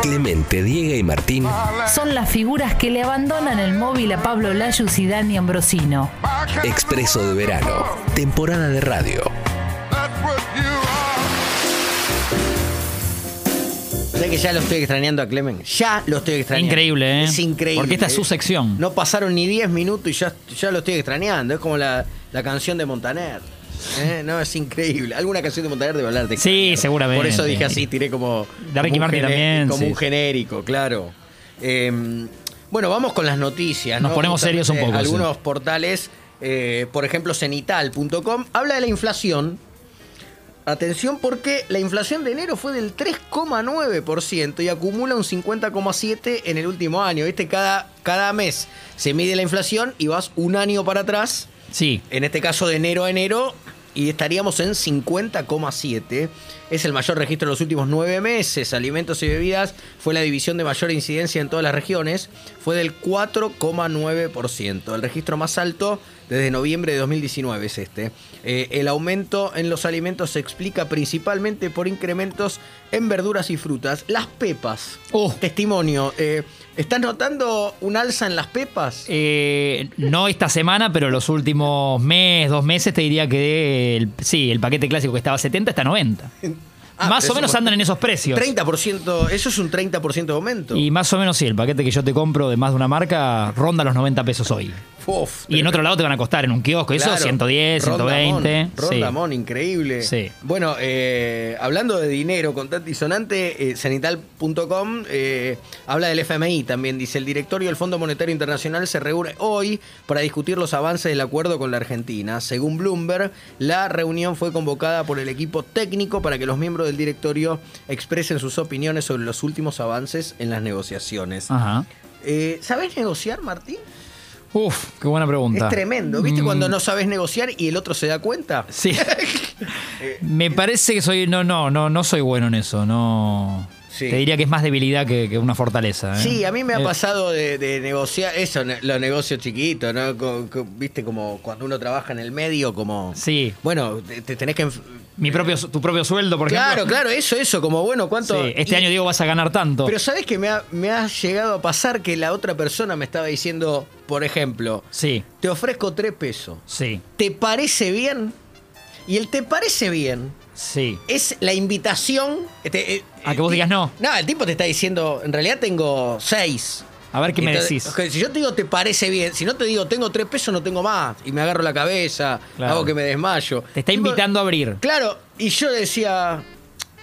Clemente, Diego y Martín Son las figuras que le abandonan el móvil a Pablo Layus y Dani Ambrosino. Expreso de Verano, temporada de radio. Sé que ya lo estoy extrañando a Clemen. Ya lo estoy extrañando. Increíble, ¿eh? Es increíble. Porque esta es su sección. No pasaron ni 10 minutos y ya, ya lo estoy extrañando. Es como la, la canción de Montaner. ¿eh? No, es increíble. Alguna canción de Montaner debe hablar de Sí, extrañar. seguramente. Por eso dije así, tiré como. De como Ricky un Martin gené- también, Como sí. un genérico, claro. Eh, bueno, vamos con las noticias. Nos ¿no? ponemos serios un poco, sí. Algunos portales, eh, por ejemplo, cenital.com, habla de la inflación. Atención porque la inflación de enero fue del 3,9% y acumula un 50,7% en el último año. Este cada, cada mes se mide la inflación y vas un año para atrás. Sí. En este caso de enero a enero y estaríamos en 50,7. Es el mayor registro de los últimos nueve meses. Alimentos y bebidas fue la división de mayor incidencia en todas las regiones. Fue del 4,9%. El registro más alto desde noviembre de 2019 es este. Eh, el aumento en los alimentos se explica principalmente por incrementos en verduras y frutas. Las pepas. Oh. Testimonio. eh, ¿Estás notando un alza en las pepas? Eh, no esta semana, pero los últimos mes, dos meses, te diría que el, sí, el paquete clásico que estaba a 70 está a 90. Ah, más pero o menos eso- andan en esos precios. 30%, eso es un 30% de aumento. Y más o menos sí, el paquete que yo te compro de más de una marca ronda los 90 pesos hoy. Uf, Y en otro lado te van a costar en un kiosco, eso claro. 110, Rondamón, 120. sí. Rondamón, increíble. Sí. Bueno, eh, hablando de dinero, con tanto disonante, eh, sanital.com eh, habla del FMI también. Dice, el directorio del Fondo Monetario Internacional se reúne hoy para discutir los avances del acuerdo con la Argentina. Según Bloomberg, la reunión fue convocada por el equipo técnico para que los miembros del directorio expresen sus opiniones sobre los últimos avances en las negociaciones. Ajá. Eh, ¿Sabés negociar, Martín? Uf, qué buena pregunta. Es tremendo, ¿viste? Mm, Cuando no sabes negociar y el otro se da cuenta. Sí. Me parece que soy. No, no, no, no soy bueno en eso. No. Sí. Te diría que es más debilidad que, que una fortaleza. ¿eh? Sí, a mí me ha Eh, pasado de, de negociar, eso, ne- los negocios chiquitos, ¿no? Co- co- Viste, como cuando uno trabaja en el medio, como... Sí. Bueno, te, te tenés que... enf- Mi propio, tu propio sueldo, por Claro, ejemplo. claro, eso, eso, como bueno, ¿cuánto...? Sí, este y- año, Diego, vas a ganar tanto. Pero sabes que me ha, me ha llegado a pasar que la otra persona me estaba diciendo, por ejemplo, Sí, te ofrezco tres pesos, sí, ¿te parece bien? Y el te parece bien sí. es la invitación. este, eh, A que vos eh, digas no. No, el tipo te está diciendo, en realidad tengo seis. A ver qué me Entonces, decís. que Si yo te digo, te parece bien. Si no te digo, tengo tres pesos, no tengo más. Y me agarro la cabeza, Claro. hago que me desmayo. Te está Tipo, invitando a abrir. Claro, y yo decía,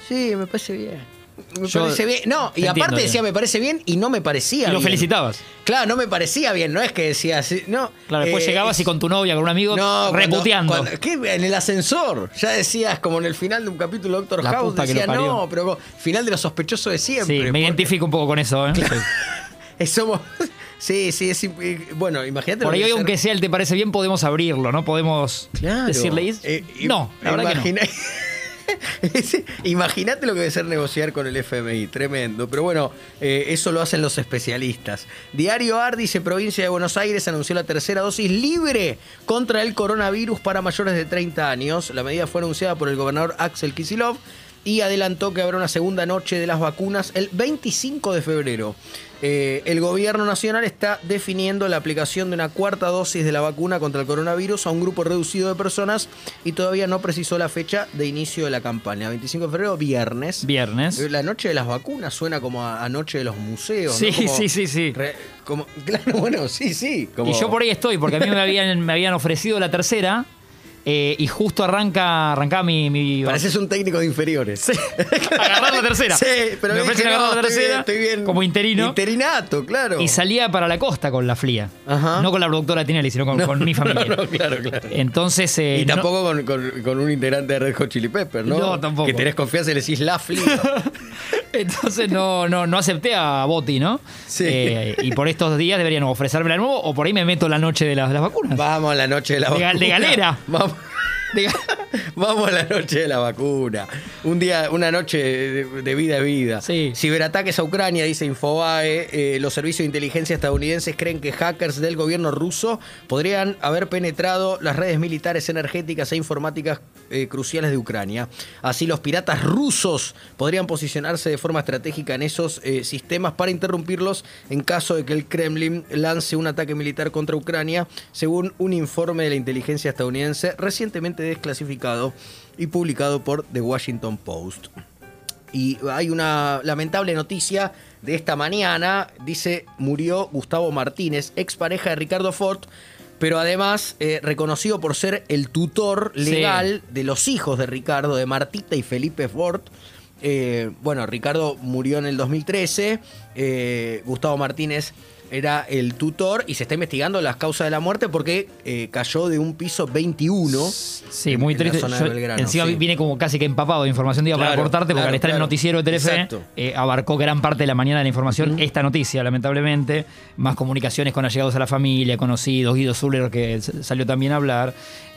sí, me parece bien. Me Yo- parece bien. No, y Te aparte entiendo, decía, bien. me parece bien y no me parecía Y lo bien. felicitabas. Claro, no me parecía bien, no es que decía así, no. Claro, después eh, llegabas y con tu novia, con un amigo, no, cuando- reputeando. cuando- ¿qué? En el ascensor. Ya decías, como en el final de un capítulo de Doctor La House, puta que decía, lo parió. no, pero como- final de los sospechosos de siempre. sí, me porque identifico un poco con eso. ¿eh? es- Somos. Sí, sí, es. imp- eh, Bueno, imagínate. Por lo ahí que hoy, ser- aunque sea el te parece bien, podemos abrirlo, ¿no? Podemos Claro. decirle. y- Eh, y- no, la verdad que no. imagina- Ese- Imagínate lo que debe ser negociar con el FMI, tremendo. Pero bueno, eh, eso lo hacen los especialistas. Diario AR dice provincia de Buenos Aires anunció la tercera dosis libre contra el coronavirus para mayores de 30 años. La medida fue anunciada por el gobernador Axel Kisilov y adelantó que habrá una segunda noche de las vacunas el 25 de febrero. Eh, el gobierno nacional está definiendo la aplicación de una cuarta dosis de la vacuna contra el coronavirus a un grupo reducido de personas y todavía no precisó la fecha de inicio de la campaña. 25 de febrero, viernes. Viernes. Eh, La noche de las vacunas suena como a, a noche de los museos. Sí, ¿no? Como- sí, sí, sí. re- como, claro, bueno, sí, sí. como- Y yo por ahí estoy, porque a mí me habían, me habían ofrecido la tercera eh, y justo arranca, arrancaba mi, mi Pareces un técnico de inferiores. agarrar la tercera. Sí, pero me dije, ofrecen agarrar no, la estoy tercera bien, estoy bien. como interino. Interinato, claro. Y salía para la costa con la FLIA. Ajá. No con la productora Tinelli, sino con, con mi familia. No, claro, claro. Entonces. eh, Y no- tampoco con, con- con un integrante de Red Hot Chili Pepper, ¿no? No, tampoco. Que tenés confianza y le decís la fli. entonces no, no, no acepté a Botti, ¿no? Sí. Eh, y por estos días deberían ofrecérmela de nuevo o por ahí me meto la noche de las, de las vacunas. Vamos a la noche de la De ga- vacuna. de galera. Vamos, De ga- vamos a la noche de la vacuna. Un día, una noche de, de vida a vida. Sí. Ciberataques a Ucrania, dice Infobae. eh, los servicios de inteligencia estadounidenses creen que hackers del gobierno ruso podrían haber penetrado las redes militares energéticas e informáticas eh, cruciales de Ucrania. Así los piratas rusos podrían posicionarse de forma estratégica en esos eh, sistemas para interrumpirlos en caso de que el Kremlin lance un ataque militar contra Ucrania, según un informe de la inteligencia estadounidense recientemente desclasificado y publicado por The Washington Post. Y hay una lamentable noticia de esta mañana. Dice, murió Gustavo Martínez, expareja de Ricardo Ford, pero además eh, reconocido por ser el tutor Sí. legal de los hijos de Ricardo, de Martita y Felipe Ford. Eh, bueno, Ricardo murió en el 2013, eh, Gustavo Martínez era el tutor y se está investigando las causas de la muerte porque eh, cayó de un piso 21. Sí, en- muy en la triste. zona de Yo- Belgrano, encima sí. viene como casi que empapado de información digo, para Claro, cortarte, porque claro, al estar en el claro. noticiero de Telefe Exacto. eh, abarcó gran parte de la mañana de la información esta noticia, lamentablemente. Más comunicaciones con allegados a la familia, conocidos, Guido Zuller, que s- salió también a hablar.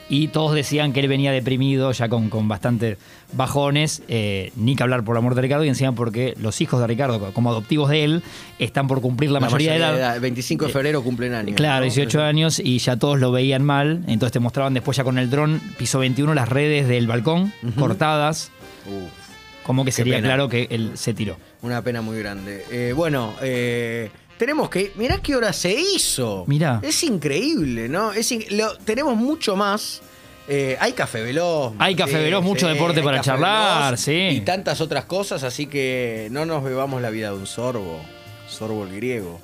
Y todos decían que él venía deprimido, ya con, con bastantes bajones, eh, ni que hablar por la muerte de Ricardo, y encima porque los hijos de Ricardo, como adoptivos de él, están por cumplir la, mayoría, de edad. El 25 de febrero cumplen años. Claro, ¿no? 18 años y ya todos lo veían mal. Entonces te mostraban después ya con el dron, piso 21, las redes del balcón cortadas. Uf. Como que sería pena. claro que él se tiró. Una pena muy grande. Eh, bueno, eh, tenemos que. Mirá qué hora se hizo. Mirá. Es increíble, ¿no? Es in- lo- tenemos mucho más. Eh, hay café veloz. Hay Café Martín, Veloz, mucho deporte hay para Café charlar, Veloz sí. Y tantas otras cosas, así que no nos bebamos la vida de un sorbo. Sorbo el griego.